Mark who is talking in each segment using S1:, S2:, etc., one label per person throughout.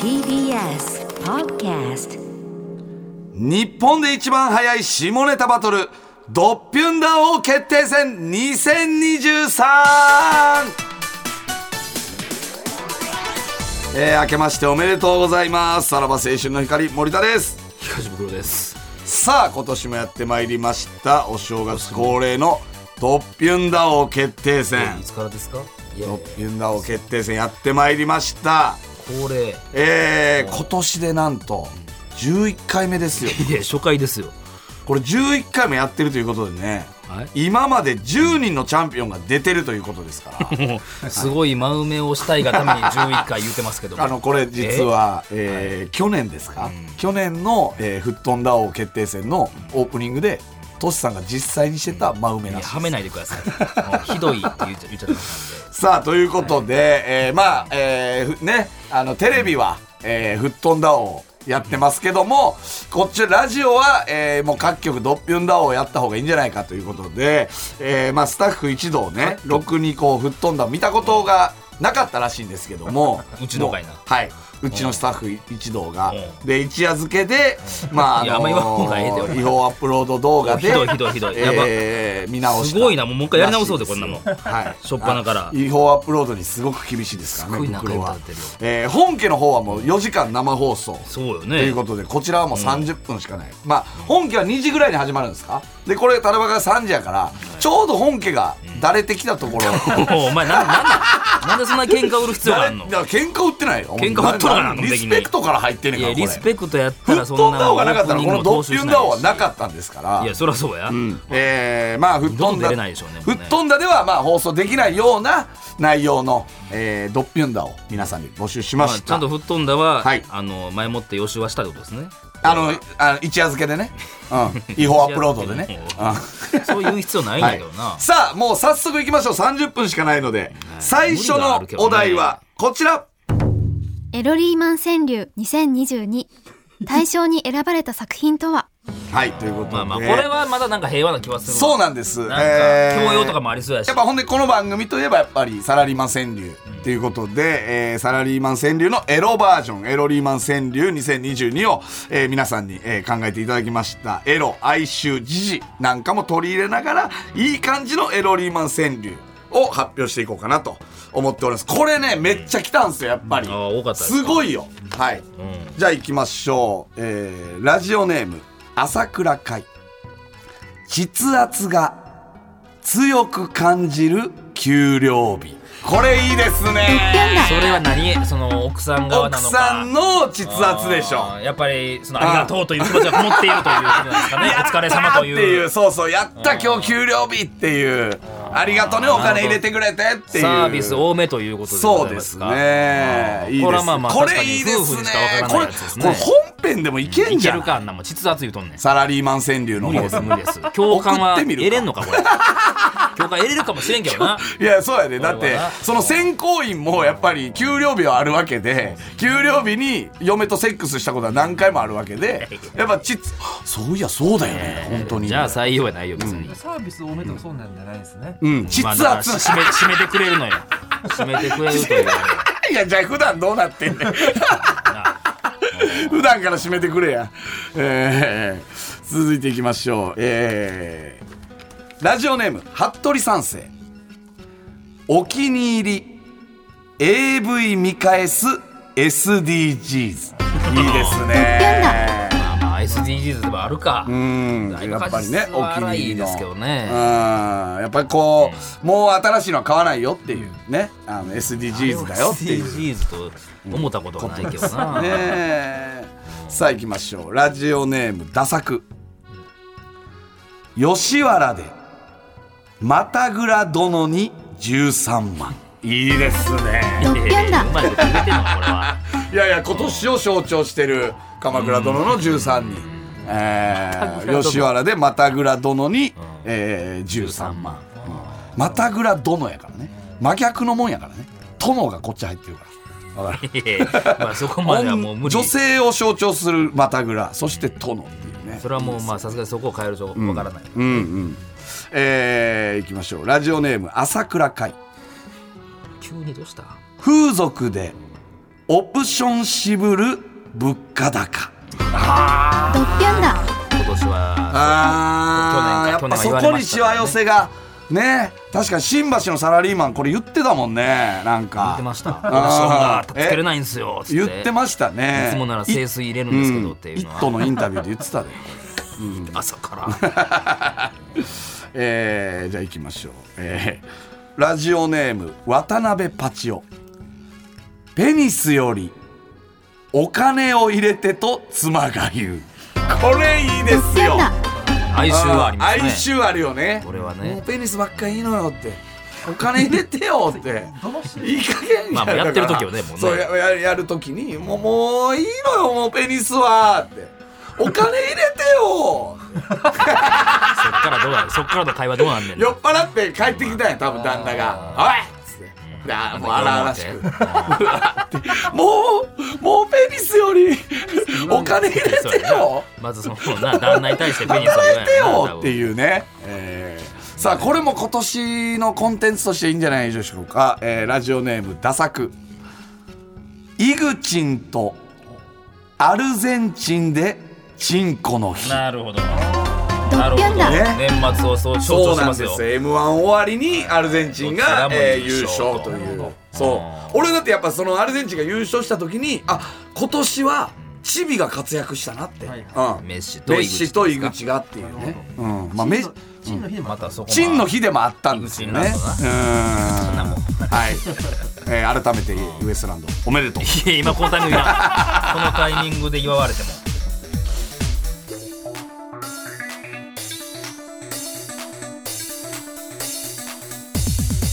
S1: TBS Podcast
S2: 日本で一番早い下ネタバトルドッピュンダ王決定戦 2023! えー、明けましておめでとうございますさらば青春の光森田です
S3: 東袋です
S2: さあ今年もやってまいりましたお正月恒例のドッピュンダ王決定戦
S3: いつからですかいやい
S2: ド
S3: や
S2: ッピュンダ王決定戦やってまいりました
S3: 恒例い
S2: えー、今年でなんと11回目ですよ
S3: や初回ですよ
S2: これ11回もやってるということでね、
S3: は
S2: 今まで10人のチャンピオンが出てるということですから
S3: すごい真埋めをしたいがために11回言ってますけども
S2: あのこれ実は、えー去年ですか、去年の、えー吹っ飛んだ王決定戦のオープニングでトシさんが実際にしてた真梅
S3: い
S2: な
S3: や
S2: しです
S3: はめないでくださいもうひどいって言っちゃ言っちゃってますんで
S2: さあということで、えーまあ、えーふねあのテレビは「えー吹っ飛んだ王」やってますけどもこっちラジオは、えーもう各局ドッピュンダ王をやった方がいいんじゃないかということで、えーまあ、スタッフ一同ねろくにこう吹っ飛んだを見たことがなかったらしいんですけども
S3: うちのかいな
S2: もうはいうちのスタッフ一同が
S3: う
S2: で一夜漬けでまああ
S3: いやあんま言わん方がええで
S2: の違法アップロード動画で
S3: ひどいひどいひどいやば
S2: えー見直した
S3: すごいなもうもう一回やり直そうぜこんなもん
S2: はい、
S3: 初っ端から
S2: あ違法アップロードにすごく厳しいですから
S3: すご
S2: ね
S3: い長い
S2: 袋は
S3: 歌ってるよ、
S2: えー本家の方はもう4時間生放送
S3: そうよ
S2: とい
S3: ね
S2: うことでこちらはもう30分しかない、まあ本家は2時ぐらいに始まるんですかでこれタラバが3時やからちょうど本家がだれてきたところ、
S3: お前なんなんなんなんでそんな喧嘩売る必要があるの
S2: だから喧嘩売ってないよ
S3: 喧嘩売っとるかな
S2: リスペクトから入ってんねん
S3: い
S2: から
S3: や
S2: これ
S3: リスペクトやった
S2: 吹っ
S3: ら
S2: 飛
S3: そ
S2: ん
S3: んな
S2: だ方がなかったら
S3: オ
S2: この
S3: ープニング
S2: ド
S3: も踏
S2: ッ
S3: 襲
S2: ピュ
S3: し
S2: ン
S3: ないし
S2: ダ王はなかったんですから
S3: いやそりゃそうや
S2: えーまあ吹っ飛ん
S3: 二
S2: だ
S3: 度と出れないでしょうねもう
S2: 吹
S3: ね
S2: っ飛んだではまあ放送できないような内容の、えー、ドッピュンダを皆さんに募集しま
S3: まあ
S2: し
S3: ちゃ
S2: た、
S3: んと吹っ飛んだは、
S2: はい
S3: あの前もって予習はしたってことですね。
S2: あのあの一夜漬けでね、 うん、違法アップロードでね、うん
S3: そう言う必要ないんだ
S2: は
S3: け
S2: い
S3: どな。、
S2: さあもう早速いきましょう30分しかないので最初のお題はこちら
S4: エロリーマン川柳2022大賞に選ばれた作品とは
S2: はいということで、
S3: まあまあこれはまだなんか平和な気はするわ。
S2: そうなんです
S3: なんか
S2: えー
S3: 教養とかもありそうやし。
S2: やっぱほんでこの番組といえばやっぱりサラリーマン川柳ということで、えーサラリーマン川柳のエロバージョンエロリーマン川柳2022を、えー皆さんに、えー考えていただきましたエロ哀愁時事なんかも取り入れながらいい感じのエロリーマン川柳を発表していこうかなと思っておりますこれねめっちゃ来たんですよやっぱり、
S3: うんあー多かったですか
S2: すごいよはい、じゃあ行きましょう、えーラジオネーム朝倉海実圧が強く感じる給料日これいいですね
S3: それは何その奥さん側
S2: 奥
S3: なのか。
S2: さんの実圧でしょ
S3: あー。やっぱりそのありがとうという気持ちがこもっているということなんですかね。お疲れ様と
S2: って
S3: い。
S2: いううそうそうやった今日給料日っていうありがとうねお金入れてくれてっていう
S3: サービス多めということで
S2: そう
S3: ござい
S2: で
S3: ますすか。
S2: ねいい
S3: これ
S2: で
S3: は
S2: す
S3: まあまあ
S2: こ
S3: 確か
S2: れ
S3: に
S2: いいで
S3: 夫婦
S2: す
S3: に
S2: ね
S3: しかわから
S2: こ
S3: ない
S2: れ
S3: やつですね
S2: これ本編でもいけん
S3: い
S2: じ
S3: け
S2: ゃ
S3: る
S2: ん
S3: かあんなもん実圧言うとんねん。
S2: サラリーマン川柳の
S3: 無理
S2: 方
S3: です無理です。共感は
S2: 送ってみ
S3: 得
S2: るか
S3: れんのかこれ。共感得れるかもしれんけ どな。
S2: いやそうやでだっ
S3: これ
S2: て
S3: はな
S2: その選考員もやっぱり給料日はあるわけで給料日に嫁とセックスしたことは何回もあるわけでやっぱちそういやそうだよね本当に
S3: じゃあ採用はないよ別に。
S5: サービス多めとかそうなんじゃないですね。
S2: うん実
S3: まあだから
S2: 圧
S3: 締め締めてくれるのよ締めてくれるというあれ
S2: いやじゃあ普段どうなってん ねん普段から締めてくれや、えー続いていきましょう、えーラジオネーム服部三世お気に入り AV 見返す SDGs いいですね
S3: まあまあ SDGs でもあるか
S2: うん
S3: だいぶ
S2: やっぱりね
S3: 数
S2: お
S3: は
S2: 気に
S3: 荒
S2: 入
S3: い
S2: り
S3: で
S2: の
S3: すけどね
S2: うんやっぱりこうもう新しいのは買わないよっていうねあの SDGs だよっていう
S3: SDGs と思ったことはないけどな、
S2: ねえ さあ行きましょうラジオネームダサク吉原でまたぐら殿に13万いいですね
S3: いやいやいやうまいこと言えてんのかこれはい
S2: やいや今年を象徴してる鎌倉殿の13人、えー吉原でまたぐら殿に、えー13万、うんまたぐら殿やからね真逆のもんやからね殿がこっち入ってるからわかる
S3: いやいやまあそこまではもう無理
S2: 女性を象徴するまたぐらそして殿っていうね
S3: それはもうまあさすがにそこを変えるとわからない、
S2: うんうんえー、いきましょうラジオネーム朝倉海
S3: 急にどうした
S2: 風俗でオプション渋る物価高
S4: ドッピョンだ
S3: 今年は
S2: あーやっ
S3: 去年
S2: ぱ
S3: か
S2: そ
S3: 去年は言われ
S2: こ
S3: ま
S2: に
S3: し
S2: した
S3: から
S2: わ
S3: ね
S2: 寄せがね確かに新橋のサラリーマンこれ言ってたもんねなん
S3: 言ってま
S2: か
S3: したオプションがつけれないんですよつ
S2: 言ってましたね
S3: いつもなら清水入れるんですけどっていうの
S2: うんイ
S3: は
S2: ットのインタビューで言ってたで、
S3: 朝から
S2: えーじゃあ行きましょう、えーラジオネーム渡辺パチオペニスよりお金を入れてと妻が言うこれいいで
S4: ドッ
S2: す
S4: ピョ
S2: よ
S4: ンだ
S3: 哀愁はあります
S2: 哀
S3: ね
S2: 愁あるよね
S3: これはね
S2: もうペニスばっかりいいのよってお金入れてよ っていい加減
S3: まあもうやってる時はねもうね
S2: そうやややる時にもうもういいのよもうペニスはってお金入れてよ
S3: そっからどうだそっからの会話どうなんねんな
S2: 酔っ払って帰ってきたんや多分旦那が「おい!」っつって。であもう荒々しく
S3: うん
S2: もうもうペニスよりお金入れ
S3: そう
S2: て
S3: やな
S2: よ
S3: まずそのな旦那に対してペニスを言わ
S2: 働いて
S3: ない
S2: よっていうね、えーさあこれも今年のコンテンツとしていいんじゃないでしょうか、えーラジオネームダサクイグチンとアルゼンチンでチンコの日
S3: なるほど
S4: ド
S3: な
S4: ッ
S3: るほ
S4: ピ
S3: ど
S4: ョンだ
S2: ね
S3: 年末をそう象
S2: そ
S3: 徴
S2: う
S3: し
S2: なん
S3: ま
S2: ですす
S3: よ
S2: M1 終わりにアルゼンチン
S3: どちら
S2: が、
S3: も
S2: えー優
S3: 優
S2: 勝
S3: 勝
S2: と
S3: と
S2: いう
S3: う
S2: そ
S3: ん
S2: う俺だってやっぱそのアルゼンチンが優勝した時にあ今年はチビが活躍したなって、うん、メ
S3: メッシと
S2: ッ
S3: イグ
S2: シ
S3: チ
S2: と井口がっていうね、うんまあ、メッ
S5: チンの日でも
S3: ま
S5: また
S3: たそこ
S2: チンの日でもあったんですよねう
S3: 井
S2: ん
S3: 口なん
S2: はい、えー改めてウエストランドおめでとう
S3: いや今このタイミングいらんこのタイミングで祝わ れても
S2: さらば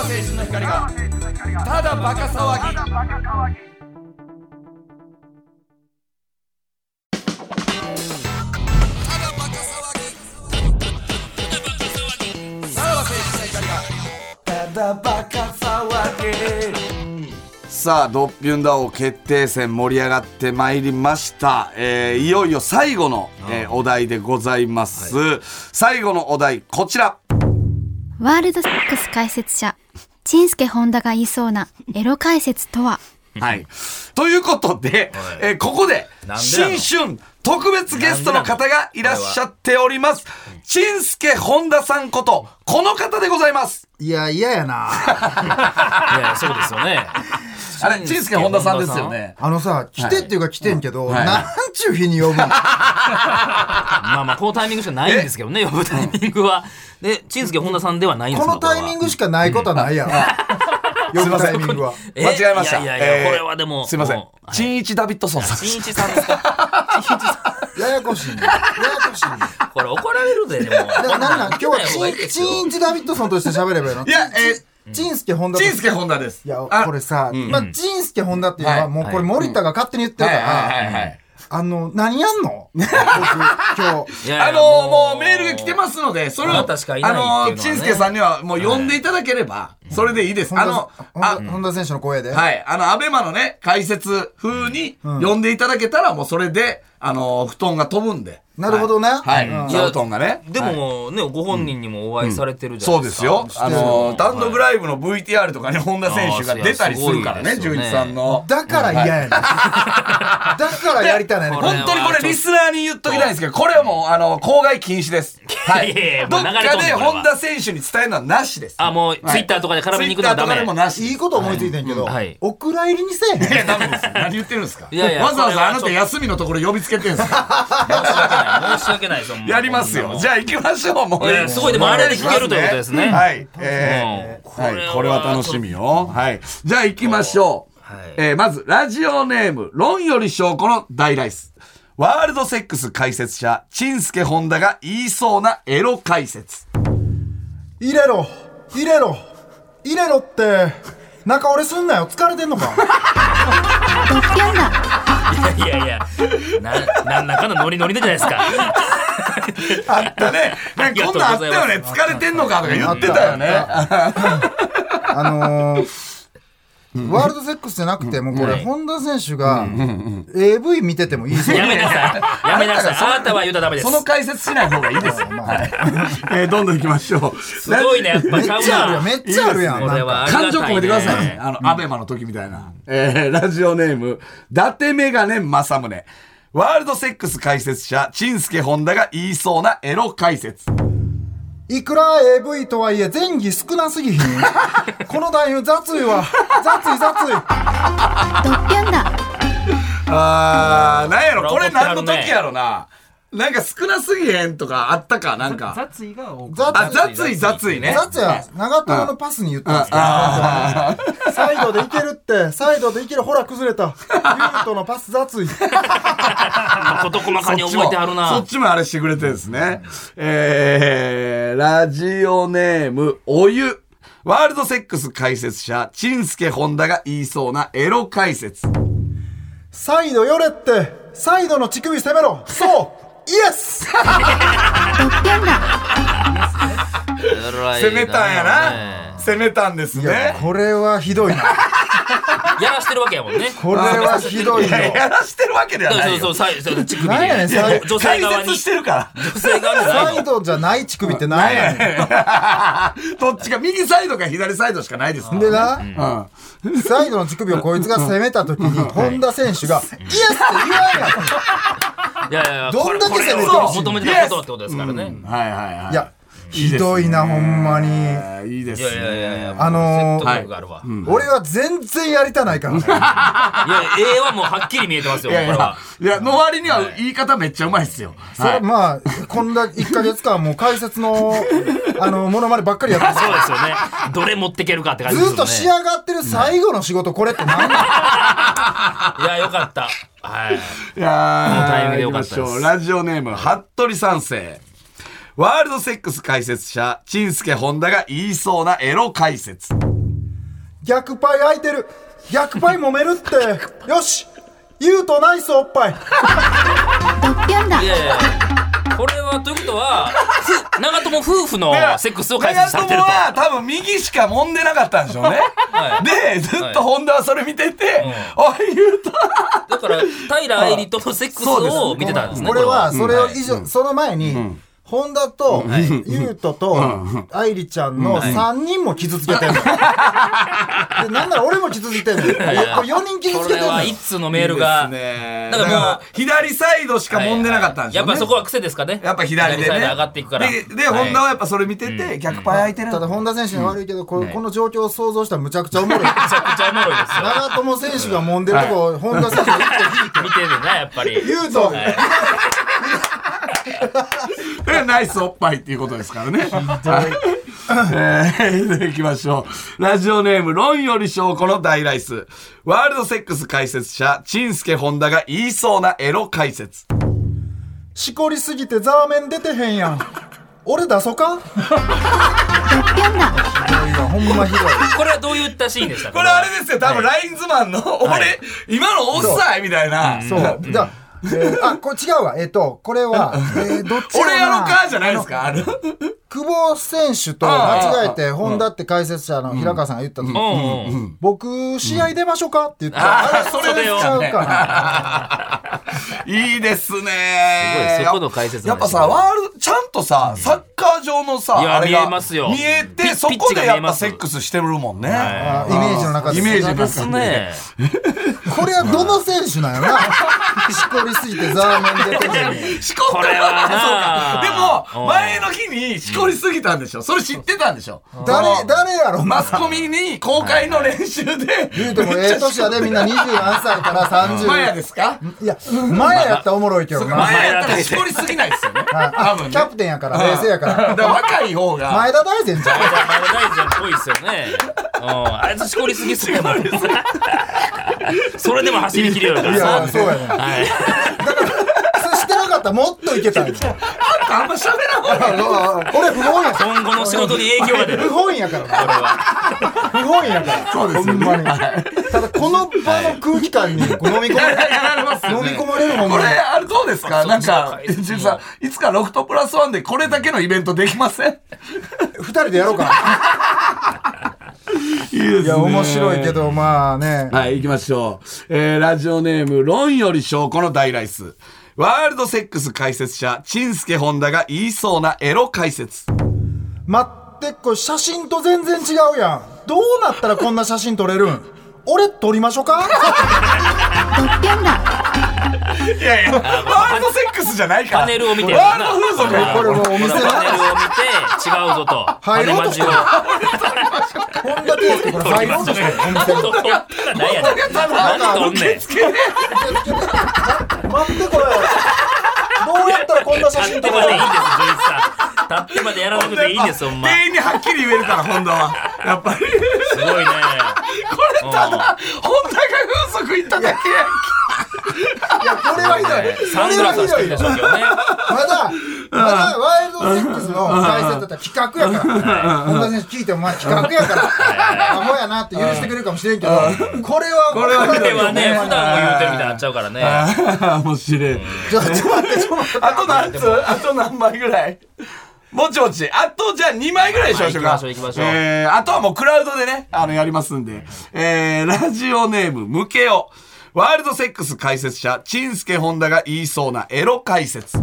S2: 青春の光がただバカ騒ぎさあドッピュンダオ決定戦盛り上がってまいりました、えーいよいよ最後の、えーお題でございます、最後のお題こちら
S4: ワールドセックス解説者チンスケホンダが言いそうなエロ解説とは
S2: はい。ということで、
S3: はい
S2: えーここで
S3: なんでなの
S2: 新春特別ゲストの方がいらっしゃっております。ちんすけ本田さんこと、この方でございます。
S6: いや、嫌や な。
S3: いやそうですよね
S2: あれ、ちんすけ本田さんですよね。
S6: あのさ、来てっていうか来てんけど、
S2: はい
S6: なんちゅう日に呼ぶ
S3: ま
S6: の
S3: あまあこのタイミングしかないんですけどね呼ぶタイミングはでチンスケ本田さんではないんです
S6: こ
S3: けど
S6: のタイミングしかないことはないやろ。呼ぶタイミングは。
S3: え
S2: 間違えました。
S3: いやいやいや
S2: えー
S3: これはでも
S2: すいません
S3: もう。はい
S2: ちんいちダビッドソンさんで
S3: チンイ
S2: す。
S3: チさんですかチンイチさ
S6: ややこしいね。ややこしいね。
S3: んこれ怒られるででも
S6: だか らなんなん今日は
S3: こんなん言ってない方がいい
S6: チン、
S3: です
S6: チ
S3: よ
S6: ンイチダビッドソンとして喋ればいいの
S2: いや、え
S6: チンスケホンダ
S2: ー、
S6: と
S2: ちんすけ本田です。
S6: いや、
S2: あ
S6: これさ、まあ、チンスケホンダっていうの
S2: は
S6: はいもうこれ森田が勝手に言ってるか
S2: はいはい
S6: ら、
S2: はいはい。
S6: あの、何やんの僕、今日。
S3: いやいや
S2: あのーもうメールが来てますので、それを、
S3: あ
S2: あ
S3: なたしかいないっていうのはね
S2: のー、ちんすけさんにはもう呼んでいただければ、それでいい です。あの、あ
S6: ホンダ、ホンダ選手の声で。
S2: はい。あの、アベマのね、解説風に呼んでいただけたら、もうそれで、あの、布団が飛ぶんで。
S6: なるほどね
S2: はい。
S6: うん
S2: はい座布団がね。
S3: でもねご本人にもお会いされてるじゃな
S2: そ
S3: いうで
S2: ですす
S3: か
S2: よ。あの、単独
S3: イ
S2: ライブの VTR とかに本田選手が出たりするから
S3: あ
S2: ね、
S3: ーす
S2: 純
S3: ごいです
S2: 一さ
S3: よね
S2: んの。
S6: だから嫌やねん。だからやりたないね。
S3: これ
S2: 本当にこれリスナーに言っときたいんですけど、これはもう、あの、公害禁止です。はい
S3: いやいやいや。
S2: ど
S3: も
S2: っ
S3: う流
S2: か
S3: れとんねん
S2: で
S3: これは
S2: 本田選手に伝えるのはなしです。
S3: あもうツイッターとかで絡みに行くのはダメ
S2: ツイッターとかでもなしです。
S6: いいこと思いついてんけど、
S3: はい
S6: お蔵入りにせえ
S2: い
S6: へ
S2: や
S6: ん。
S2: ダメです。何言ってるんですか
S3: いやいや
S2: わざわ
S3: これ
S2: ざ
S3: は
S2: あ
S3: ちょ
S2: な
S3: っと
S2: た休みのところ呼びつけてるんですか
S3: 申し訳ない申し訳ないそんな
S2: やりますよ。じゃあ行きましょう、もう。
S3: いやすごいでもあれで聞けるということですね
S2: はい。えー
S3: うん
S2: はい、これは楽しみよ。はい。じゃあ行きましょう。
S3: はい
S2: えーまず、ラジオネーム、論より証拠の大ライス。ワールドセックス解説者、チンスケホンダが言いそうなエロ解説。
S6: 入れろ入れろ入れろって、なんか俺すんなよ疲れてんのか
S4: ドッピョンだ
S3: いやいやいやな何らかのノリノリでじゃないですか
S2: あった ね。なんかこんなんあったよ
S3: あ
S2: ね。
S3: り
S2: 疲れてんのかとか言ってたよね。
S6: あのー、ワールドセックスじゃなくてもうこ
S3: は
S6: れ
S3: い
S6: 本田選手が AV 見ててもいいそう
S3: やめなさい。やめなさい。そなたは言うたらダメで
S2: そ。
S3: す
S2: の解説しない方がいい ですよ。はいえーどんどん行きましょう。す
S3: すごいね、やっぱ
S6: めっ
S3: ちゃ
S6: ちゃあるや
S3: うんな
S6: めっちゃあるやん
S3: これ
S6: なんか
S3: はありがた
S2: 感
S3: いね
S2: 情込めてくださいね。あの、アベマの時みたいな。えーラジオネーム、伊達メガネ正宗。ワールドセックス解説者、陳助本田が言いそうなエロ解説。
S6: いくら AV とはいえ前儀少なすぎひんこの男優雑いわ雑い雑い
S4: ドッピョンだ
S2: あー、なんやろ、こ
S3: これ
S2: れ何の
S3: 怒ってはるね
S2: 時やろな。なんか少なすぎへんとかあったか、なんか。
S5: 雑意が多く
S6: 雑
S2: あ、
S6: い
S2: 雑い雑いね。
S6: 雑や長友のパスに言ったんですけどサイドでいけるってサイドでいけるほら崩れたユートのパス雑い
S3: 事細
S2: そ
S3: か
S2: っち
S3: に覚え
S2: も
S3: てはる
S2: そっ
S3: な。
S2: ちもあれしてくれてるんですね。えー、ラジオネーム、お湯。ワールドセックス解説者、陳助本田が言いそうなエロ解説。
S6: サイド寄れってサイドの乳首攻めろそうイエス
S4: ドッピョンだ
S3: 攻
S2: 攻めたんやな。攻めたんです
S6: いや
S2: ね。
S6: これはひどいな
S3: やらしてるわけやもんね。
S6: これはひどい
S2: いや
S6: よ
S2: やらしてるわけでは
S3: そう
S2: な
S3: そ
S2: いう
S3: そ
S2: よ
S3: う、。さいそう乳首
S6: なんやねん
S3: で。
S6: サイ
S3: 女性
S2: 解
S3: 側に。
S2: 説
S3: 女
S2: してるから。
S3: 性側じゃな
S6: サ
S3: い
S6: イ
S3: の。
S6: ドじゃない乳首ってないやね
S2: どっちか、右サイドか左サイドしかないです
S6: ん
S2: ね。
S6: でな
S2: うん。
S6: サイドの乳首をこいつが攻めた時に本田選手が「イエス!」って言わんやん
S3: いやいや、
S6: どんだけ攻めてる
S3: これを求めてたことってことですからね。
S2: はいはいはい。
S6: いや
S2: いい
S6: ひ
S2: ですね
S6: どいなほんまに
S2: あーいいで
S3: い
S2: す
S3: やいやいやい
S2: ね。
S3: や、
S6: あのー
S3: 説得力があるわ。い
S6: 俺は全然やりたないからね
S3: や、絵はもうはっきり見えてますよ、
S2: い
S3: こ
S2: やい
S3: れ
S2: や
S3: は。、
S2: いや、の割には言い方めっちゃうまいっすよ。
S6: それまあこんな1か月間もう解説の あのものまねばっかりやってます
S3: そうですよね。どれ持ってけるかって感じですよね。
S6: ずっと仕上がってる最後の仕事これって何 なん
S3: いや、よかった。はい。
S2: いやー
S3: このタイミングでよかったです
S2: 行きましょうラジオネーム、服部三世。ワールドセックス解説者、陳助本田が言いそうなエロ解説。
S6: 逆パイ空いてる逆パイ揉めるってよし言うとナイスおっぱい
S4: ドッピョンだ
S3: いやいやこれはということはふ長友夫婦のセックスを解説されてる
S2: 長
S3: と
S2: 友は多分右しか揉んでなかったんでしょうね。
S3: はい
S2: で、ずっと本田はそれ見てて、あい、言うと。
S3: だから平愛理とのセックスを見てたんですねこ
S6: 俺
S3: れ
S6: はそれを以上、その前に、本田と、ゆうとと、愛梨ちゃんの3人も傷つけて んの。で、なんなら俺も傷ついてんの。4人傷つ
S3: こ
S6: けてん
S3: れ
S6: の
S3: は
S6: よ
S3: 一。通のメールが
S2: ね
S3: だからもう
S2: 左サイドしか揉んでなかったんでし
S3: や
S2: ょう
S3: っ
S2: ね。
S3: ぱそこは癖ですかね
S2: やっぱ左で
S3: サ
S2: ね。
S3: イド上がっていくから
S2: で、で本田はやっぱそれ見てて、逆パイ空いてる。
S6: ただ本田選手に悪いけど、ここの状況を想像したらむちゃくちゃおもろい。
S3: めちゃくちゃおもろいですよ
S6: 長友選手が揉んでるとこ、本田選手が一個引いて、
S3: 見てるなやっぱり
S6: ゆうと、
S2: だからナイスおっぱいっていうことですからね。はいえー、で行きましょう。ラジオネーム、論より証拠の大ライス。ワールドセックス解説者、陳助本田が言いそうなエロ解説。
S6: しこりすぎてザーメン出てへんやん。俺出そうか
S4: ドッピョンだ
S6: ほんまひどい。
S3: これはどういったシーンでした
S2: これあれですよ、多分ラインズマンの、俺、今のおっさいみたいな。
S6: そう。じゃあ、えーあ、これ違うわ。えっ、と、これは、えーどっち
S2: 俺や
S6: な
S2: ろかじゃないですか、あれ。
S6: 久保選手と間違えて、本田って解説者の平川さんが言った時、
S3: うんうん
S6: 僕、試合出ましょうかって言った
S2: あ
S6: ら、あれ、
S2: そ
S6: そ
S2: れ
S6: れ
S2: で
S6: ですち
S2: よ
S6: ゃうかな。
S2: いいですね。
S3: すごいそこの解説
S2: やっ
S3: なんで
S2: ぱ
S3: すね
S2: さ、ワールド、ちゃんとさ、サッカー場のさ、
S3: いや
S2: あれが
S3: 見えますよ
S2: 見えて、
S3: ピッ
S2: そ
S3: ピッ
S2: こ
S3: チが
S2: で
S3: 見
S2: や
S3: え
S2: っぱ
S3: ます
S2: セックスしてるもんね。
S6: あイメージの中で。
S2: イメージの
S3: で
S2: 中
S3: すね
S6: これはどの選手なん やろな。しこりすぎてザーメン出てへんやん。
S2: しこっ
S3: こ
S2: た
S3: れは
S2: はそうか。で
S3: う
S2: も、
S3: ん
S2: 前の日にしこりすぎたんでしょ。それ知ってたんでしょ。
S6: 誰、誰やろ
S2: マスコミに公開の練習で。
S6: 言うても、ええ年やで、みんな27歳から
S2: マヤ
S6: 30。
S2: ですか
S6: いや、前やったらおもろいけど
S2: マ
S6: な。
S2: ヤやったらしこりすぎないですよね。多分ね。
S6: キャプテンやから、冷静やから
S2: だ。から若い方が。
S6: 前田大然じゃん。
S3: 大事っぽいですよねうんあいつしこりすぎっすねもうそれでも走り切れるか
S6: いや、
S3: ら
S6: そうやね。
S3: はい
S6: それしてなかったらもっといけたんよ
S2: あんたあんま喋らん方がいい。
S6: 俺不本や。
S3: 今後の仕事に影響が出る
S6: 不本やから。俺は。不本やから。
S2: そうですよね
S6: ほんまに。ただこの場の空気感に飲み込まれ
S2: やられますよね
S6: 飲み込まれるもんね
S2: これ、あれどうですか
S3: そ
S2: なん
S3: っちの
S2: か、
S3: 回
S2: ジュンさん、いつかロフトプラスワンでこれだけのイベントできません
S6: 二人でやろうか。
S2: いですね
S6: いや、面白いけど、まあね。
S2: はい、行きましょう。えー、ラジオネーム、論より証拠の大ライス。ワールドセックス解説者、陳助本田が言いそうなエロ解説。
S6: 待って、これ写真と全然違うやん。どうなったらこんな写真撮れるん 俺撮りましょうか
S4: ドッピョンだ
S2: いやいや、ワールドセックスじゃないから。
S3: パネルを見て
S2: ワールド風俗
S6: これもう
S3: このパネ
S6: お店
S3: ルを見て違うぞと
S6: 入ろうとしてる
S3: パ
S6: 本田圭佑これ入ろうとしてるお
S3: ネマ
S6: 店
S3: ジを
S6: の
S3: 取ったら何やねん何取んねん
S6: 待ってこれどうやったらこんな写
S3: 立
S6: 真
S3: って
S6: 撮
S3: までいい
S6: れ
S3: ん
S6: る
S3: です純一さん立ってまでやらなくていいんですほんま
S2: 店員にはっきり言えるから、本田は。やっぱり。こ
S3: すごいね
S2: れただ、本田が風俗行っただけやん
S6: いやこれはひどい
S3: サングラスはしてるでしょうけどね
S6: まだまだワイルドセックスの再生だったら企画やから本田選手聞いてもまあ企画やからアホやなって許してくれるかもしれんけどこれは
S2: これはひ
S3: こ
S2: どい
S3: れはね普段も言うてるみたいになっちゃうからね
S2: あー 面白い。
S6: ちょっと待ってちょっと待って
S2: あと何つあと何枚ぐらいもちもち。あと、じゃあ2枚ぐらいにしましょうか。
S3: はい行きましょう行きましょう
S2: えー、あとはもうクラウドでね、あの、やりますんで。えー、ラジオネーム、ムケオ。ワールドセックス解説者、チンスケ・ホンダが言いそうなエロ解説。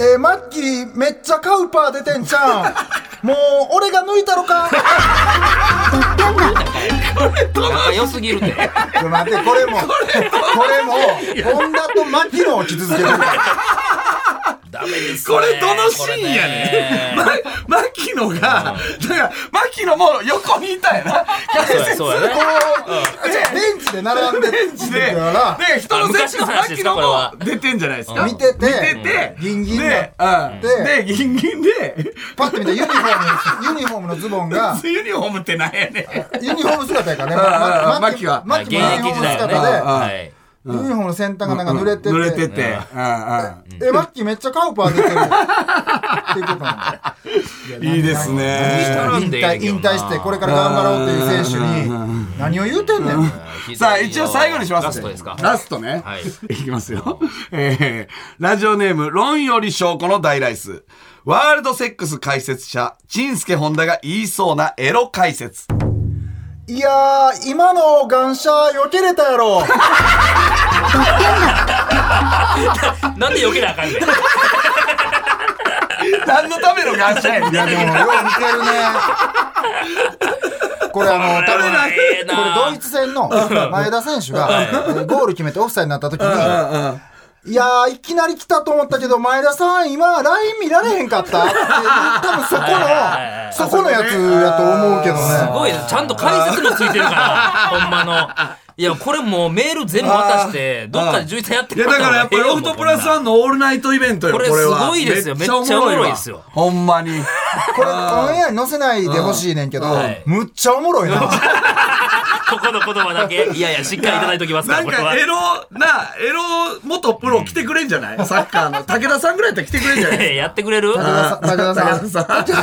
S6: えー、マッキーめっちゃカウパー出てんじゃんもう俺が抜いたろか
S3: 仲良すぎるって
S6: ちょっと待って、これも、これも、本田と牧野を傷つけるから。
S3: ダメですね
S2: これどのシーンやね ん。ま
S3: これね、
S2: 牧野が、だから、牧野も横にいたんやな。解説
S3: そうやそうやね
S6: こう、じゃあベンチで並んで、
S2: ベンチで、
S6: だから、
S2: で、人のセックス、
S3: あ昔の話で
S2: 牧
S3: すか
S2: 野
S3: これは
S2: も出てんじゃないですか。
S6: 見てて、
S2: 見てて、
S6: ギンギンにな
S2: で
S6: っ、
S2: うんで、ギンギンで、
S6: パッと見たらユニフォーム、ユニフォームのズボンが、
S2: ユニフォームってなんやねん。
S6: ユニフォーム姿やからね、
S2: うんうん
S6: まま
S2: 牧は
S6: 牧
S3: 現
S6: もユニフ
S3: 役
S6: ォー
S3: 時代
S6: ムの
S3: はね
S6: 姿
S3: はい
S6: で、ユニフォームの先端がなんか濡れてて、
S2: 濡れてて。うん
S6: え、マッキーめっちゃカウパー出てる。っていうことな
S2: うんいいですね。
S6: の。
S3: なん
S6: 引
S3: でやねん
S6: 退、
S3: けどな
S6: 引退して、これから頑張ろうっていう選手に、何を言うてんねん。
S2: さあ、一応最後にしますね
S3: ラストですか
S2: ラストね。
S3: はい
S2: いきますよ。えー、ラジオネーム、論より証拠の大ライス。ワールドセックス解説者、陳助本田が言いそうなエロ解説。
S6: いやー、今のガンシャ避けれたやろ。
S3: なんで避けなあかんねん
S2: 何のための感謝や
S6: い
S2: ねん。
S6: や、でも、よう似てるね。これ、あの、多
S3: こ
S6: 分、
S3: れええな
S6: これ、ドイツ戦の前田選手が、ゴール決めてオフサイドになった時に、いやー、いきなり来たと思ったけど、前田さん、今、ライン見られへんかったって、多分そこの、そこのやつやと思うけど
S3: す
S6: ね。
S3: ごいですちゃんと解説もついてるから、ほんまの。いや、これもうメール全部渡して、どっかで11さんやって
S2: いや、だからやっぱロフトプラスワ
S3: ン。
S2: ンのオールナイトイベントよ、こ
S3: こ
S2: れ
S3: れ
S2: は。
S3: すごいですよめっちゃおもろいですよ
S2: わほんまに。
S6: これ、オンエアに載せないでほしいねんけど
S3: はい、
S6: むっちゃおもろいな。
S3: ここの言葉だけ、いやいや、しっかりいただいておきますか
S2: な
S3: ら、
S2: ん
S3: これは
S2: かエ。ロなエロ元プロ来てくれんじゃない、サッカーの武田さんぐらいやったら来てくれんじゃない
S3: やってくれる いや
S6: 武田さん、武
S2: 武田さん
S6: 田さん、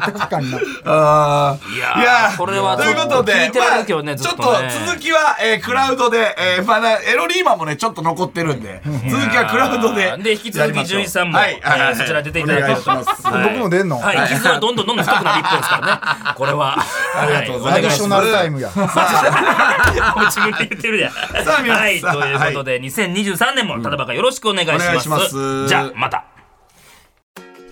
S6: 確かにな。
S2: あーい
S3: ー、これは
S2: と
S3: ちょ
S2: い
S3: っ
S2: うことで、
S3: 聞いてられるけど
S2: まあ
S3: ね、ず
S2: ち
S3: っ
S2: ょっ
S3: と
S2: と
S3: ね。
S2: 続きは、えークラウドで、えーまだエロリーマンもねちょっと残ってるんで続きはクラウドで
S3: で、引き続き、純一さんも、
S2: はい
S3: えーそちら出ていただき
S2: お願いします
S6: 僕も出んの
S3: はい、はい絆はどんどんどんどん太くなる一方ですからね。これは。ありがとうご
S6: アディショナルタイムや。
S3: もう自分で言ってるやん。
S2: さあ皆さん
S3: はい、ということで、2023年もただばかよろしくお願いします。
S2: お願いします
S3: じゃあ、また。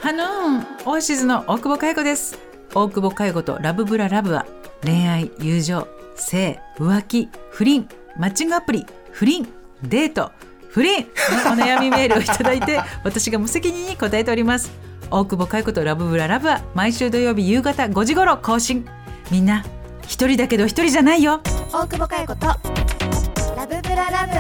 S7: ハノーンオアシズの大久保佳代子です大久保佳代子とラブブララブは恋愛友情性浮気不倫マッチングアプリ不倫デート不倫のお悩みメールをいただいて私が無責任に答えております大久保佳代子とラブブララブは毎週土曜日夕方5時頃更新みんな一人だけど一人じゃないよ
S8: 大久保佳代子とラブブララブ